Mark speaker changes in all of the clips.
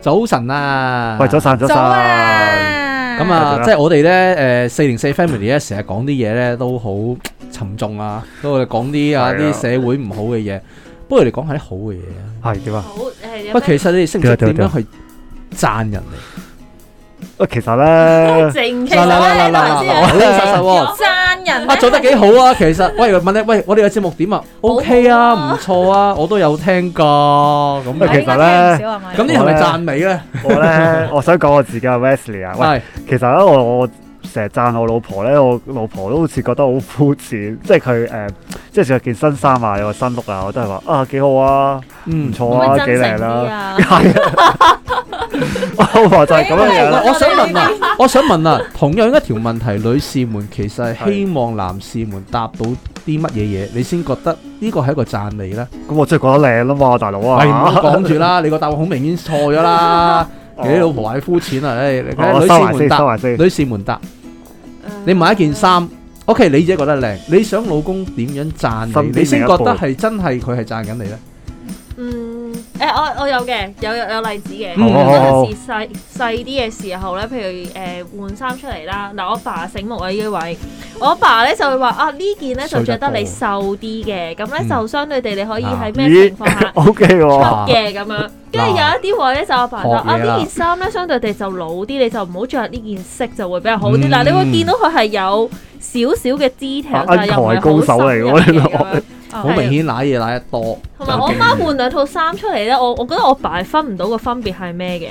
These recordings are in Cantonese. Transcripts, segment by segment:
Speaker 1: 早晨啊！
Speaker 2: 喂，早晨，早晨。
Speaker 3: 早啊！
Speaker 1: 咁
Speaker 2: 大
Speaker 1: 啊，
Speaker 2: 家
Speaker 1: 即係我哋咧，誒四零四 family 咧，成日講啲嘢咧都好沉重啊，都係講啲啊
Speaker 2: 係啊
Speaker 1: 啲社會唔好嘅嘢。不如我哋講下啲好嘅嘢啊。
Speaker 2: 係點啊？
Speaker 3: 好誒，有
Speaker 1: 不過其實你哋識唔識
Speaker 2: 對啊
Speaker 1: 點
Speaker 2: 對啊
Speaker 1: 樣去讚人嚟？
Speaker 2: 喂，其實
Speaker 3: 咩
Speaker 2: 咧，
Speaker 3: 正其
Speaker 1: 嗱
Speaker 3: 實
Speaker 1: 嗱嗱嗱嗱
Speaker 3: 咧，頭
Speaker 1: 嗱，好
Speaker 3: 先
Speaker 1: 實實喎。
Speaker 3: 讚
Speaker 1: 啊，
Speaker 3: 人咧
Speaker 1: 做得幾好啊！其實，喂，問你，喂，我哋嘅節目點啊？OK 啊，唔錯啊，我都有聽過咁
Speaker 2: 喂
Speaker 1: 樣。
Speaker 2: 其實咧，
Speaker 1: 咁呢係咪讚美咧？
Speaker 2: 我咧，我想講我自己啊，Wesley 啊。喂，
Speaker 1: 係
Speaker 2: 其實咧，我我成日讚我老婆咧，我老婆都好似覺得好膚淺，即係佢誒，即係着件新衫啊，有個新 look 啊，我都係話啊幾好啊，唔
Speaker 1: 嗯。
Speaker 2: 錯
Speaker 3: 我
Speaker 2: 啊，
Speaker 3: 真
Speaker 2: 幾
Speaker 3: 誠
Speaker 2: 靚
Speaker 3: 啲
Speaker 2: 啦。
Speaker 3: 啊！
Speaker 2: 係啊， 我老婆就係咁樣樣啦。
Speaker 1: 我我想問啊，我想問啊，同樣一條問題，女士們其實係希望男士們答到啲乜嘢嘢，你先覺得呢個係一個讚美咧？
Speaker 2: 咁我真係覺得靚啦嘛，大佬啊。
Speaker 1: 喂，唔好講住啦，你個答案好明顯錯咗啦！你啲老婆話你膚淺啊，誒，你
Speaker 2: 我
Speaker 1: 睇
Speaker 2: 哦收
Speaker 1: 下女
Speaker 2: 埋
Speaker 1: 士們
Speaker 2: 先，收
Speaker 1: 答，
Speaker 2: 埋先。
Speaker 1: 女士們答，你買一件衫，OK，你自己覺得靚，你想老公點樣讚
Speaker 2: 身邊
Speaker 1: 你，你先
Speaker 2: 另一
Speaker 1: 覺得
Speaker 2: 半
Speaker 1: 係真係佢係讚緊你咧？
Speaker 3: 嗯，誒，我我有嘅，有有有例子嘅。
Speaker 1: 好好
Speaker 2: 好
Speaker 3: 嗰陣時細細啲嘅時候咧，譬如誒換衫出嚟啦，嗱，我爸醒目啊呢位，我阿爸咧就會話啊呢件咧就着得你瘦啲嘅，咁
Speaker 1: 嗯
Speaker 3: 咧就相對地你可以喺咩
Speaker 2: 咦
Speaker 3: 情況
Speaker 1: 啊
Speaker 3: 下
Speaker 2: O K
Speaker 3: 出
Speaker 2: 喎，
Speaker 3: 嘅咁樣。跟住有一啲位咧就阿爸就
Speaker 1: 學
Speaker 3: 啊
Speaker 1: 嘢啦
Speaker 3: 呢件衫咧相對地就老啲，你就唔好着呢件色就會比較好啲。
Speaker 1: 嗯
Speaker 3: 嗱，你會見到佢係有少少嘅 detail，
Speaker 2: 啊
Speaker 3: 但係又唔係
Speaker 2: 高手
Speaker 3: 好
Speaker 2: 嚟
Speaker 3: 深入
Speaker 2: 喎
Speaker 3: 嘅
Speaker 2: 呢個
Speaker 3: 咁樣哦
Speaker 1: 好
Speaker 3: Ờ.
Speaker 1: 明顯，舐嘢舐得多。
Speaker 3: 同埋我媽換兩套衫出嚟咧，我我覺得我爸係分唔到個分別係咩嘅，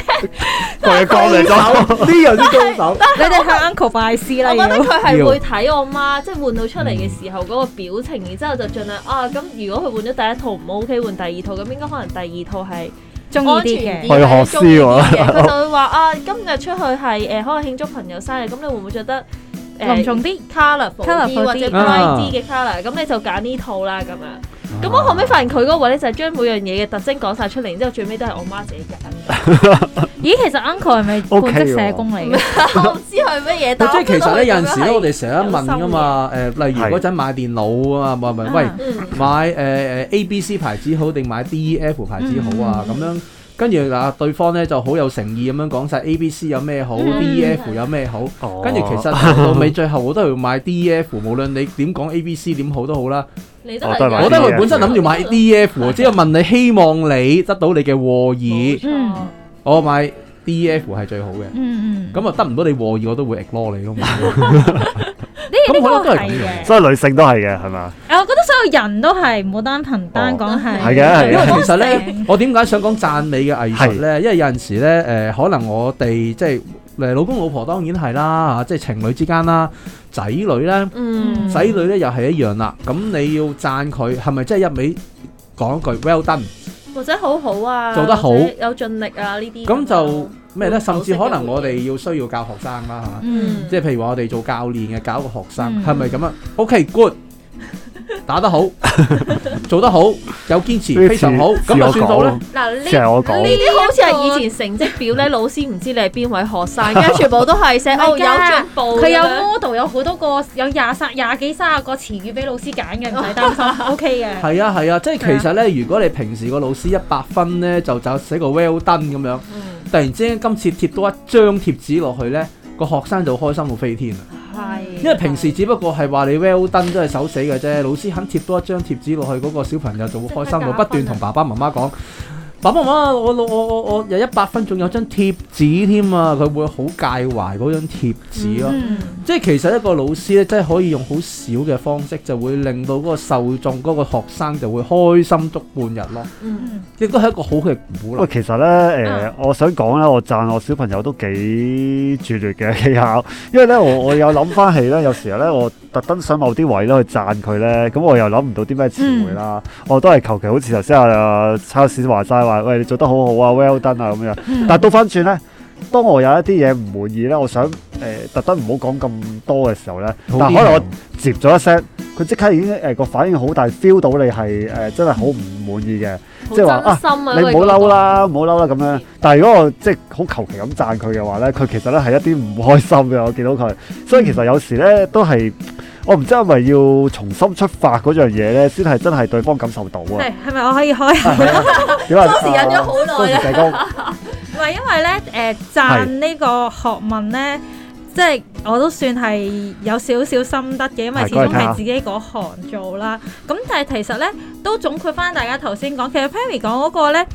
Speaker 2: 佢嘅光嚟咗。
Speaker 1: 呢樣啲高手，
Speaker 4: 你哋向 uncle 拜師啦，
Speaker 3: 我覺得
Speaker 4: 要
Speaker 3: 佢係會睇我媽即係換到出嚟嘅時候嗰個表情，然之後就盡量啊咁。如果佢換咗第一套唔 OK，換第二套咁應該可能第二套係
Speaker 4: 中意
Speaker 3: 安
Speaker 4: 啲
Speaker 3: 全啲。
Speaker 4: 嘅
Speaker 2: 去學師喎
Speaker 3: 中意啲嘅佢就會話啊，今日出去係誒可能慶祝朋友生日，咁你會唔會着得
Speaker 4: 隆重啲
Speaker 3: colourful 啲
Speaker 4: colourful
Speaker 3: 或者
Speaker 4: 啲
Speaker 3: bright 啲嘅 colour？咁你就揀呢套啦咁樣。咁我後尾發現佢嗰個位咧，就係將每樣嘢嘅特徵講晒出嚟，然之後最尾都係我媽自己 揀。
Speaker 4: 咦，其實 uncle 係咪半職社工嚟嘅？
Speaker 3: 我唔知佢乜嘢，但
Speaker 1: 即係其實咧有陣時咧，我
Speaker 3: 哋
Speaker 1: 哋成日問噶嘛，誒，例如
Speaker 2: 係
Speaker 1: 嗰陣買電腦啊，咪咪
Speaker 4: 啊
Speaker 1: 喂。
Speaker 3: 嗯
Speaker 1: 買誒誒 A、B、C 牌子好定買 D、E、F 牌子好啊？
Speaker 3: 嗯
Speaker 1: 咁樣跟住嗱，對方咧就好有誠意咁樣講晒 A、B、C 有咩好
Speaker 3: 嗯
Speaker 1: ，D、E、F 有咩好。
Speaker 2: 哦
Speaker 1: 跟住其 實到尾最後我都係會買 D、E、F，無論你點講 A、B、C 點好都好啦，
Speaker 3: 你都
Speaker 2: 我都係買 E
Speaker 1: 我
Speaker 3: 係
Speaker 1: 都
Speaker 3: 嘅
Speaker 2: 呢
Speaker 1: 係本身諗住買 D、E、F，喎只係問你希望你得到你嘅和
Speaker 3: 冇
Speaker 1: 意，
Speaker 3: 錯
Speaker 1: 我買 D、E、F 係最好嘅。
Speaker 4: 嗯嗯，
Speaker 1: 咁啊得唔到你和意我都會 ignore 你咯。
Speaker 4: 呢呢個係嘅。
Speaker 2: 所以女性都係嘅，係啊嘛？
Speaker 4: 誒，我覺得所有人都係唔好單憑單講係。
Speaker 2: 係嘅係啊
Speaker 1: 因為
Speaker 2: 嘅
Speaker 1: 其實咧，我點解想講讚美嘅藝術咧？因為有陣時咧，誒、可能我哋即係誒老公老婆當然係啦，啊嚇，即係情侶之間啦，仔女咧，
Speaker 3: 嗯
Speaker 4: 嗯
Speaker 1: 仔女咧又係一樣啦。咁你要讚佢，係咪真係一味講一句 well done？
Speaker 3: 或者好好啊，
Speaker 1: 做得好
Speaker 3: 或者有盡力啊呢啲
Speaker 4: 嗯
Speaker 1: 咁就咩咧？
Speaker 3: 嗯
Speaker 1: 甚至可能我哋要需要教學生啦，嚇、
Speaker 4: 嗯，
Speaker 1: 即係譬如話我哋做教練嘅搞個學生，
Speaker 4: 嗯
Speaker 1: 係咪咁啊？OK，good，打得好，做得好，有堅持，非常好，
Speaker 2: 呢次
Speaker 1: 咁就啊
Speaker 2: 似
Speaker 1: 算
Speaker 2: 我
Speaker 1: 到
Speaker 2: 講
Speaker 1: 咧
Speaker 2: 咯。
Speaker 3: 嗱呢
Speaker 2: 似係我
Speaker 3: 呢
Speaker 2: 講，
Speaker 3: 啲好似係以前成績表咧，老師唔知你係邊位學 生，跟住全部都係寫哦有
Speaker 4: 唔係㗎
Speaker 3: 進步，
Speaker 4: 佢有 model 有好多個，有廿三廿幾卅個詞語俾老師揀嘅，唔使擔心，OK 嘅。
Speaker 1: 係啊係啊，即係其實咧，如果你平時個老師一百分咧，就就寫個 well done 咁樣，
Speaker 3: 嗯
Speaker 1: 突然之間今次貼多一張貼紙落去咧，個學生就開心到飛天啦。
Speaker 3: 係
Speaker 1: 因為平時只不過係話你 well done 都係手死嘅啫，老師肯貼多一張貼紙落去，嗰、個小朋友就會開心到不斷同爸爸媽媽講。爸爸媽媽，我老我我我有一百分，仲有張貼紙添啊！佢會好介懷嗰張貼紙咯。
Speaker 4: 嗯，
Speaker 1: 即係其實一個老師咧，真係可以用好少嘅方式，就會令到嗰個受眾嗰、個學生就會開心足半日咯，
Speaker 3: 嗯
Speaker 1: 亦都係一個好嘅鼓
Speaker 2: 喂，
Speaker 1: 勵。
Speaker 2: 其實
Speaker 3: 啊
Speaker 2: 咧，誒，我想講咧，我讚我小朋友都幾拙劣嘅技巧，因為咧，我我有諗翻起咧，有時候咧，我特登想某啲位咧去讚佢咧，咁我又諗唔到啲咩詞彙啦，
Speaker 3: 嗯
Speaker 2: 我都係求其好似頭先阿 Charles 話齋話，喂，你做得好好啊，well done 啊咁樣。
Speaker 3: 嗯
Speaker 2: 但係倒翻轉咧，當我有一啲嘢唔滿意咧，我想誒、呃特登唔好講咁多嘅時候咧，但可能我接咗一聲，佢即刻已經誒個、反應好大，feel 到你係誒、呃真係好唔滿意嘅，
Speaker 3: 好
Speaker 2: 即係話啊
Speaker 3: 真心啊，
Speaker 2: 你唔好嬲啦，唔好嬲啦咁樣。但係如果我即係好求其咁讚佢嘅話咧，佢其實咧係一啲唔開心嘅，我見到佢，所以其實有時咧都係。我唔知係咪要從心出發嗰樣嘢咧，先係真係對方感受到啊！
Speaker 4: 係係咪我可以開？
Speaker 2: 係啊，當
Speaker 3: 嗰個，當時忍咗好耐
Speaker 2: 當時
Speaker 3: 啦，
Speaker 2: 社工
Speaker 4: 唔係因為咧，誒讚呢個學問咧，即係我都算係有少少心得嘅，因為
Speaker 2: 係
Speaker 4: 始終
Speaker 2: 講嚟聽下
Speaker 4: 係自己嗰行做啦。咁但係其實咧，都總括翻大家頭先講，其實 Pammy 講嗰個咧，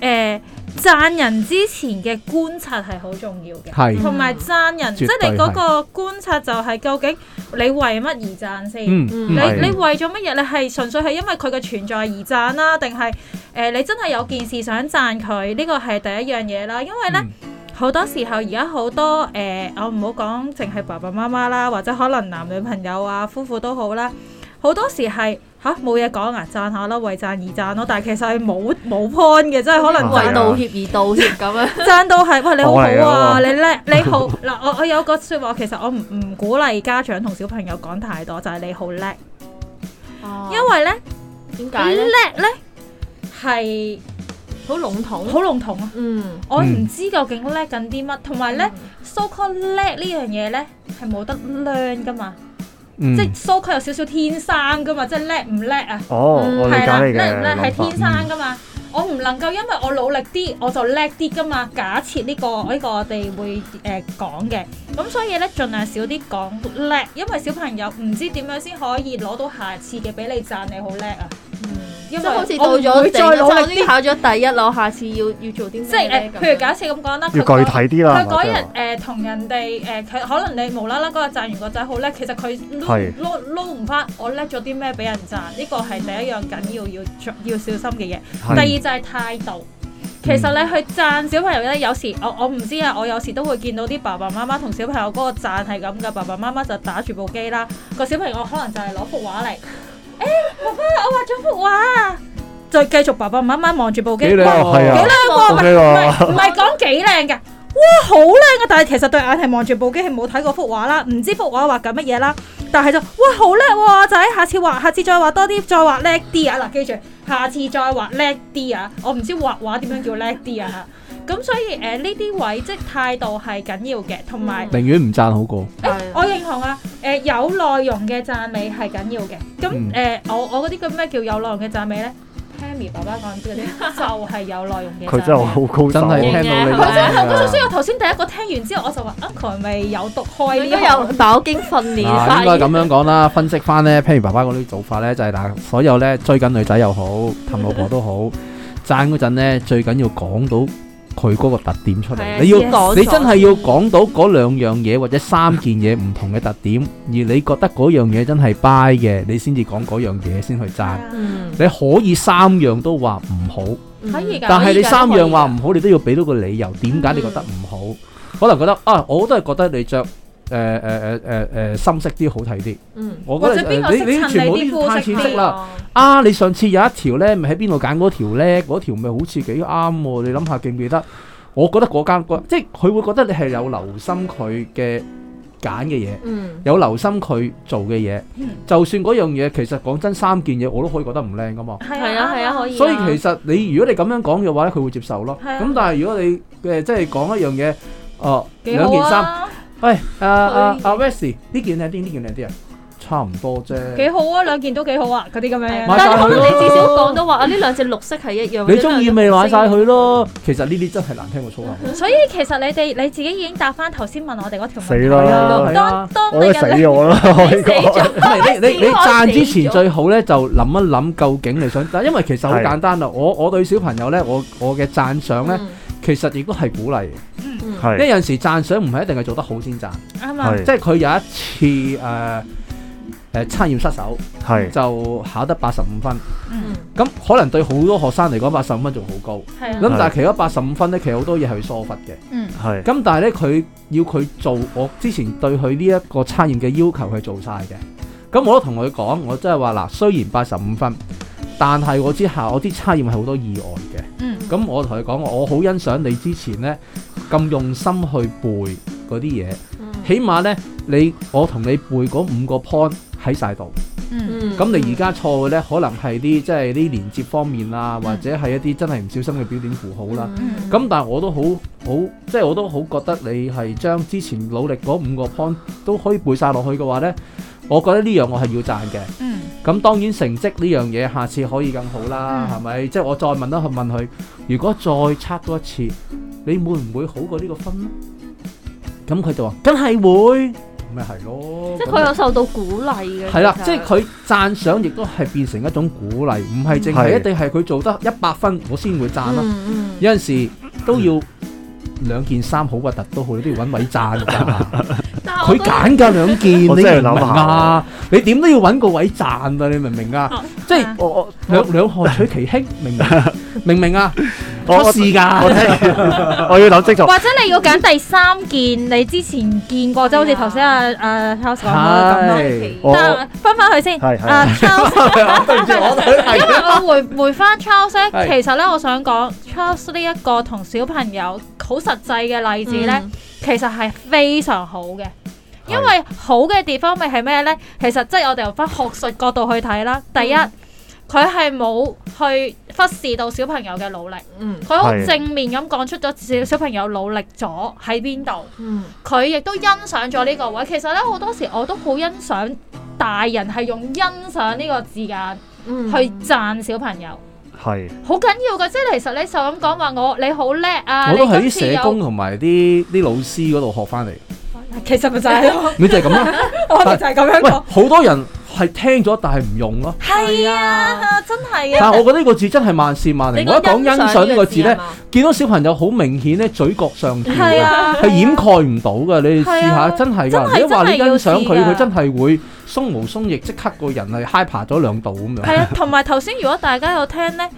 Speaker 4: 誒、讚人之前嘅觀察係好重要嘅。
Speaker 1: 係
Speaker 4: 同埋讚人，即
Speaker 1: 絕對
Speaker 4: 係你嗰個觀察就係究竟你為乜而讚先？
Speaker 1: 嗯
Speaker 3: 嗯
Speaker 1: 嗯
Speaker 4: 你
Speaker 2: 係
Speaker 4: 你為咗乜嘢？你係純粹係因為佢嘅存在而讚啦，定係誒你真係有件事想讚佢？呢個係第一樣嘢啦。因為咧
Speaker 1: 嗯
Speaker 4: 好、多時候而家好多誒、呃我唔好講淨係爸爸媽媽啦，或者可能男女朋友啊、夫婦都好啦，好多時係吓冇嘢講啊，讚下啦，為讚而讚咯。但係其實係冇冇 point 嘅，即係 可能
Speaker 2: 係啊
Speaker 3: 為道歉而道歉 咁樣。
Speaker 4: 讚到係，喂你好好
Speaker 2: 我嚟㗎
Speaker 4: 啊，
Speaker 2: 喎
Speaker 4: 你叻你好嗱，我我有個説話，其實我唔唔鼓勵家長同小朋友講太多，就係、你好叻，
Speaker 3: 哦
Speaker 4: 因為咧
Speaker 3: 因為點解咧？
Speaker 4: 叻咧係
Speaker 3: 好籠統。
Speaker 4: 好籠統啊，
Speaker 3: 嗯，
Speaker 4: 我唔知究竟叻緊啲乜，同埋咧 so called 叻呢樣嘢咧係冇得 learn 噶嘛，
Speaker 1: 嗯
Speaker 4: 即係 so called 有少少天生噶嘛，即係叻唔叻啊？
Speaker 2: 哦，
Speaker 3: 嗯
Speaker 2: 我理
Speaker 4: 係啦，
Speaker 2: 解你
Speaker 4: 叻唔叻
Speaker 2: 嘅
Speaker 4: 係
Speaker 2: 諗法嗯
Speaker 4: 天。生噶嘛？我唔能夠因為我努力啲，我就叻啲噶嘛。假設呢、個呢、個我哋會誒、呃、講嘅，咁所以咧盡量少啲講叻，因為小朋友唔知點樣先可以攞到下次嘅俾你讚你好叻啊！
Speaker 3: 因
Speaker 4: 因
Speaker 3: 為
Speaker 4: 為
Speaker 3: 好似到
Speaker 4: 我唔
Speaker 3: 咗
Speaker 4: 會
Speaker 3: 第
Speaker 4: 再
Speaker 3: 二
Speaker 4: 努力
Speaker 3: 就已經考咗第一啦，我下次要要做啲咩呢
Speaker 4: 即係誒、呃譬如假設咁講啦，佢
Speaker 2: 要
Speaker 4: 講
Speaker 2: 具體啲啦
Speaker 4: 佢嗰日
Speaker 2: 或
Speaker 4: 誒同人哋誒，佢可能你無啦啦嗰日讚完個仔好叻，其實佢撈
Speaker 2: 係
Speaker 4: 撈撈唔翻，我叻咗啲咩俾人讚？呢個係第一樣緊要要做要小心嘅嘢。第二
Speaker 2: 係
Speaker 4: 就係態度。其實咧，去讚小朋友咧，有時我我唔知啊，我有時都會見到啲爸爸媽媽同小朋友嗰個讚係咁噶，爸爸媽媽就打住部機啦，個小朋友可能就係攞幅畫嚟，誒、 爸爸，我畫咗幅畫啊，再繼續爸爸媽媽望住部機，
Speaker 1: 幾靚
Speaker 4: 哇
Speaker 1: 喎
Speaker 2: 係啊
Speaker 4: 幾靚喎，唔
Speaker 2: OK
Speaker 4: 係唔
Speaker 2: 喎
Speaker 4: 係唔係講幾靚㗎，哇好靚啊！但係其實對眼係望住部機，係冇睇過幅畫啦，唔知幅畫畫緊乜嘢啦。但係就哇好叻喎，仔下次畫，下次再畫多啲，再畫叻啲啊！嗱，記住，下次再畫叻啲啊！我唔知畫畫點樣叫叻啲啊！咁所以誒呢啲位即係態度係緊要嘅，同埋
Speaker 3: 嗯
Speaker 1: 寧願唔讚好過。
Speaker 4: 誒
Speaker 3: 係
Speaker 4: 我認同啊！誒、有內容嘅讚美係緊要嘅。咁誒、呃
Speaker 1: 嗯
Speaker 4: 我我嗰啲叫咩叫有內容嘅讚美咧？Pammy 爸爸講嗰啲 就係有內容嘅讚美。
Speaker 2: 佢真係好高
Speaker 1: 真
Speaker 2: 手
Speaker 1: 係
Speaker 2: 啊。
Speaker 1: 聽到你
Speaker 3: 佢真
Speaker 4: 嗯係好高手，所以
Speaker 1: 啊
Speaker 4: 我頭先第一個聽完之後，我就話 Uncle 係咪有讀開
Speaker 3: 應
Speaker 4: 呢
Speaker 3: 該有
Speaker 4: 行？
Speaker 3: 飽經訓練
Speaker 1: 嗱，
Speaker 3: 發
Speaker 1: 應該
Speaker 3: 現
Speaker 1: 咁樣講啦，分析翻咧，譬如爸爸嗰啲做法咧，就係、嗱，所有咧追緊女仔又好，氹老婆都好，讚嗰陣咧，最緊要講到佢嗰個特點出
Speaker 3: 係啊
Speaker 1: 嚟，你要。
Speaker 3: 先講咗
Speaker 1: 你真係要講到嗰兩樣嘢或者三件嘢唔同嘅特點，而你覺得嗰樣嘢真係 buy 嘅，你先至講嗰樣嘢先去
Speaker 4: 啊
Speaker 1: 讚。
Speaker 3: 嗯，
Speaker 1: 你可以三樣都話唔好，
Speaker 4: 可以㗎嗯
Speaker 1: 但係你三樣話
Speaker 3: 唔
Speaker 1: 唔好，你都要俾到個理由，點解你覺得唔好？可能覺得啊，我都係覺得你着呃誒誒誒誒誒深色啲好睇啲。
Speaker 3: 嗯
Speaker 1: 我
Speaker 4: 或
Speaker 1: 覺
Speaker 4: 者
Speaker 1: 得
Speaker 4: 邊
Speaker 1: 誒
Speaker 4: 個
Speaker 1: 你
Speaker 4: 識
Speaker 1: 你
Speaker 4: 襯
Speaker 1: 全部
Speaker 4: 你啲
Speaker 1: 都
Speaker 4: 膚
Speaker 1: 太
Speaker 4: 色
Speaker 1: 淺色
Speaker 4: 啲
Speaker 1: 啦。
Speaker 3: 啦，
Speaker 1: 啊，你上次有一條咧，咪喺邊度揀嗰條咧？嗰條咪好似幾啱喎？你諗下記唔記得？我覺得嗰間嗰即係佢會覺得你係有留心佢嘅揀嘅嘢，
Speaker 3: 嗯
Speaker 1: 有留心佢做嘅嘢。
Speaker 4: 嗯
Speaker 1: 就算嗰樣嘢，其實講真三件嘢我都可以覺得唔靚噶嘛。
Speaker 3: 係啊係啊可以啊
Speaker 1: 所以其實你如果你咁樣講嘅話咧，佢會接受咯。
Speaker 4: 係啊
Speaker 1: 咁但係如果你誒即係講一樣嘢，哦
Speaker 4: 幾
Speaker 1: 兩
Speaker 4: 好
Speaker 1: 件衫，
Speaker 4: 啊！
Speaker 1: 喂啊啊
Speaker 3: 佢
Speaker 1: 啊 Westy 呢件靚啲，呢件靚啲啊，差唔多啫。
Speaker 4: 幾好啊，兩件都幾好啊，嗰啲咁樣
Speaker 3: 但
Speaker 1: 買
Speaker 4: 嘢。
Speaker 1: 買晒
Speaker 3: 係可能
Speaker 1: 佢
Speaker 3: 你
Speaker 1: 咯
Speaker 3: 至少講到話啊，呢兩隻綠色係一樣，
Speaker 1: 你中意咪買晒佢咯。其實呢啲真係難聽過粗口。
Speaker 4: 所以其實你哋你自己已經答翻頭先問我哋嗰條問題。
Speaker 2: 死
Speaker 1: 係啊
Speaker 2: 啦！
Speaker 1: 係啊
Speaker 4: 當當
Speaker 2: 我都
Speaker 4: 你嘅
Speaker 2: 死
Speaker 4: 兩
Speaker 2: 咗啦，我應該
Speaker 3: 死咗
Speaker 1: 因為你你你
Speaker 3: 我死咗
Speaker 1: 讚之前最好咧，就諗一諗究竟你想，因為其實好簡單啦。我我對小朋友咧，我我嘅讚賞咧，其實亦都係鼓勵嘅。
Speaker 3: 係
Speaker 1: 因為
Speaker 2: 係
Speaker 1: 有陣時讚賞唔係一定係做得好先讚，
Speaker 4: 啱啊！
Speaker 1: 即係
Speaker 2: 係
Speaker 1: 佢有一次誒誒測驗失手，
Speaker 2: 係
Speaker 1: 就考得八十五分。
Speaker 4: 嗯，
Speaker 1: 咁可能對好多學生嚟講，八十五分仲好高。
Speaker 3: 嗯
Speaker 4: 係啊，
Speaker 1: 咁但係其實八十五分咧，其實好多嘢係疏忽嘅。
Speaker 4: 嗯，
Speaker 2: 係
Speaker 1: 咁但係咧，佢要佢做我之前對佢呢一個測驗嘅要求，佢做晒嘅。咁我都同佢講，我真係話嗱，雖然八十五分，但係我之下我啲測驗係好多意外嘅。
Speaker 4: 嗯
Speaker 1: 咁我同佢講，我好欣賞你之前呢咁用心去背嗰啲嘢，起碼呢，你我同你背嗰五個 point 喺晒度。
Speaker 4: 嗯，
Speaker 1: 咁你而家錯嘅呢，可能係啲即係啲連接方面啊，或者係一啲真係唔小心嘅標點符號啦。
Speaker 3: 嗯
Speaker 1: 咁但係我都好好，即係我都好覺得你係將之前努力嗰五個 point 都可以背晒落去嘅話呢，我覺得呢樣我係要賺嘅。
Speaker 4: 嗯，
Speaker 1: 咁當然成績呢樣嘢下次可以更好啦，
Speaker 4: 嗯
Speaker 1: 係咪、即係我再問一問佢，如果再測多一次，你會唔會好過呢個分咧？咁佢就話：梗係會，咪係咯。
Speaker 3: 即係佢有受到鼓勵嘅。
Speaker 1: 係啦，
Speaker 3: 其實
Speaker 1: 即係佢讚賞亦都係變成一種鼓勵，唔係淨
Speaker 2: 係
Speaker 1: 係一定係佢做得一百分我先會讚啦。
Speaker 3: 嗯嗯，
Speaker 1: 有陣時都要兩件衫好核突都好，你都要揾位讚 㗎。
Speaker 3: 但係我
Speaker 1: 佢
Speaker 3: 覺得
Speaker 1: 揀㗎兩件，你
Speaker 2: 我
Speaker 1: 明
Speaker 2: 真係
Speaker 1: 唔
Speaker 2: 要諗
Speaker 1: 明
Speaker 2: 下
Speaker 1: 啊？你點都要揾個位讚啊！你明唔明啊？即係我我兩兩害取其輕，明唔明？明唔明啊？
Speaker 2: 我
Speaker 1: 出事
Speaker 4: 啊
Speaker 2: 我
Speaker 1: 㗎，
Speaker 2: 聽， 我要諗清楚。
Speaker 4: 或者你要揀第三件你之前見過，即係好似頭先阿阿 Charles 講咁咯。
Speaker 1: 係。
Speaker 2: 我
Speaker 4: 但分翻佢先，
Speaker 2: 係係
Speaker 4: 阿 Charles
Speaker 1: 對唔住，我都係
Speaker 4: 因為我回回翻 Charles
Speaker 1: 係
Speaker 4: 咧，其實咧我想講 Charles 呢一個同小朋友好實際嘅例子咧，
Speaker 3: 嗯
Speaker 4: 其實係非常好嘅。因為好嘅地方咪係咩咧？其實即係我哋由翻學術角度去睇啦。第一，
Speaker 3: 嗯
Speaker 4: 佢係冇去忽視到小朋友嘅努力，
Speaker 3: 嗯
Speaker 4: 佢好
Speaker 2: 係
Speaker 4: 正面咁講出咗自己小朋友努力咗喺邊度。
Speaker 3: 嗯
Speaker 4: 佢亦都欣賞咗呢個位。其實咧，好多時我都好欣賞大人係用欣賞呢個字眼
Speaker 3: 嗯，
Speaker 4: 去讚小朋友，
Speaker 2: 係
Speaker 4: 好緊要嘅。即係其實你就咁講話我你好叻啊，
Speaker 1: 我都喺
Speaker 4: 你
Speaker 1: 啲
Speaker 4: 今次有
Speaker 1: 社工，同埋啲啲老師嗰度學翻嚟，
Speaker 4: 其實咪就係咯，
Speaker 1: 咪就係咁啦。
Speaker 4: 我哋就係咁樣
Speaker 1: 喂，
Speaker 4: 講。
Speaker 1: 好多人係聽咗但係唔用咯。
Speaker 4: 係啊，真係啊，
Speaker 1: 但係我覺得呢個字真係萬事萬
Speaker 3: 你
Speaker 1: 靈。我一講欣賞呢個字
Speaker 3: 係
Speaker 1: 咧，
Speaker 3: 嘛
Speaker 1: 見到小朋友好明顯咧嘴角上翹
Speaker 4: 係
Speaker 1: 嘅，
Speaker 4: 啊，
Speaker 1: 係掩蓋唔到嘅。你試
Speaker 4: 係
Speaker 1: 下
Speaker 4: 啊
Speaker 1: 真係
Speaker 4: 真
Speaker 1: 㗎，
Speaker 4: 係
Speaker 1: 你一話你欣賞佢，佢
Speaker 4: 真係要試㗎
Speaker 1: 真係會鬆毛鬆翼，即刻個人係 high 爬咗兩度咁
Speaker 4: 係
Speaker 1: 樣。
Speaker 4: 啊，同埋頭先如果大家有聽咧。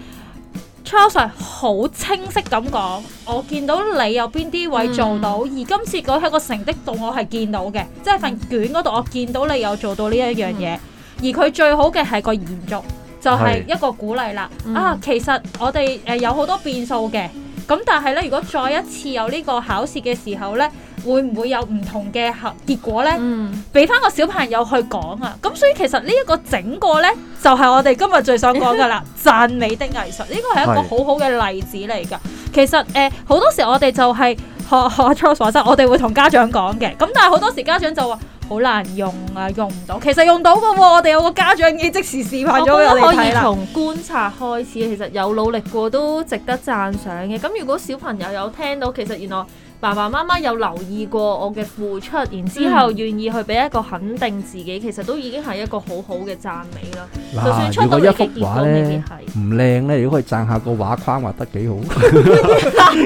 Speaker 4: Charles 係好清晰咁講，我見到你有邊啲位做到，而今次嗰喺個成績度我係見到嘅，即係份卷嗰度我見到你有做到呢一樣嘢，而佢最好嘅係個延續，就嗯係、一個鼓勵啦。
Speaker 3: 嗯
Speaker 4: 啊，其實我哋誒、呃有好多變數嘅，咁但係咧，如果再一次有呢個考試嘅時候咧，會唔會有唔同嘅合結果咧？
Speaker 3: 嗯
Speaker 4: 俾翻個小朋友去講啊！咁所以其實呢一個整個呢，就係、我哋今日最想講噶 啦，讚美的藝術呢個係一個
Speaker 2: 係
Speaker 4: 好好嘅例子嚟噶。其實誒好、多時我哋就係、學學阿 Charles 話齋，我哋會同家長講嘅。咁但係好多時家長就話好難用啊，用唔到。其實用到噶喎，我哋有個家長已經即時示
Speaker 3: 我
Speaker 4: 範咗
Speaker 3: 覺
Speaker 4: 俾
Speaker 3: 得
Speaker 4: 我哋
Speaker 3: 可以
Speaker 4: 睇
Speaker 1: 哦
Speaker 4: 啦。
Speaker 3: 從觀察開始，其實有努力過都值得讚賞嘅。咁如果小朋友有聽到，其實原來爸爸媽媽有留意過我嘅付出，然之後願意去俾一個肯定自己，其實都已經係一個好好嘅讚美啦。就算
Speaker 1: 嗱，
Speaker 3: 出
Speaker 1: 如
Speaker 3: 到
Speaker 1: 果
Speaker 3: 嚟
Speaker 1: 一
Speaker 3: 嘅
Speaker 1: 幅
Speaker 3: 結
Speaker 1: 畫
Speaker 3: 果未必
Speaker 1: 咧
Speaker 3: 係。
Speaker 1: 唔靚咧，如果可以讚下個畫框畫得幾好，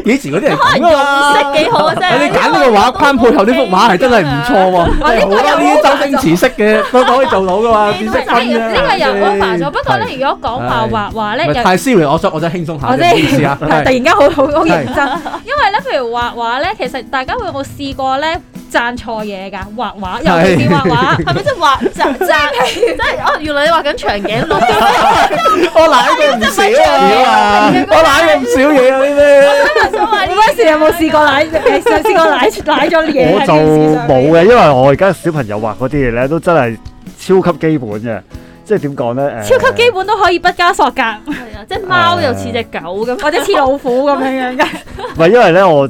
Speaker 1: 以前嗰啲人
Speaker 3: 可能
Speaker 1: 咁啊
Speaker 3: 用色幾好啊，真係。
Speaker 1: 你揀呢個畫框配合呢幅畫係真係唔錯喎，真係好啦！呢啲周星馳式嘅都都可以做到噶嘛，變色
Speaker 4: 呢個
Speaker 1: 分
Speaker 4: 呢個又 over 咗，不過呢，
Speaker 1: 啊係
Speaker 4: 如果講話
Speaker 1: 係
Speaker 4: 畫畫呢，
Speaker 1: 唔係
Speaker 4: 又
Speaker 1: 太 serious，我想我想輕鬆下啫，
Speaker 4: 我哦即
Speaker 1: 唔好意思
Speaker 4: 係
Speaker 1: 啊，
Speaker 4: 突
Speaker 1: 係
Speaker 4: 然間好好好認真，因為咧，譬如畫畫咧，其實大家會有冇試過咧讚錯嘢㗎？畫畫尤其是畫 畫，
Speaker 3: 係咪即係畫讚讚？即係哦，原來你畫緊長 頸鹿。
Speaker 1: 我舐過唔少嘢啊，我舐過唔少嘢啊呢
Speaker 4: 你嗰陣時有冇試過 舐？你試試過舐舐咗嘢
Speaker 2: 我
Speaker 4: 喺
Speaker 2: 就
Speaker 4: 電視上
Speaker 2: 冇
Speaker 4: 面？
Speaker 2: 嘅，因為我而家小朋友畫嗰啲嘢咧，都真係超級基本嘅，即係點講咧？誒
Speaker 4: 超級基本都可以不加索格，
Speaker 3: 係啊，即係貓又似隻狗咁。
Speaker 4: 或者似老虎咁樣樣嘅。
Speaker 2: 唔係因為咧，我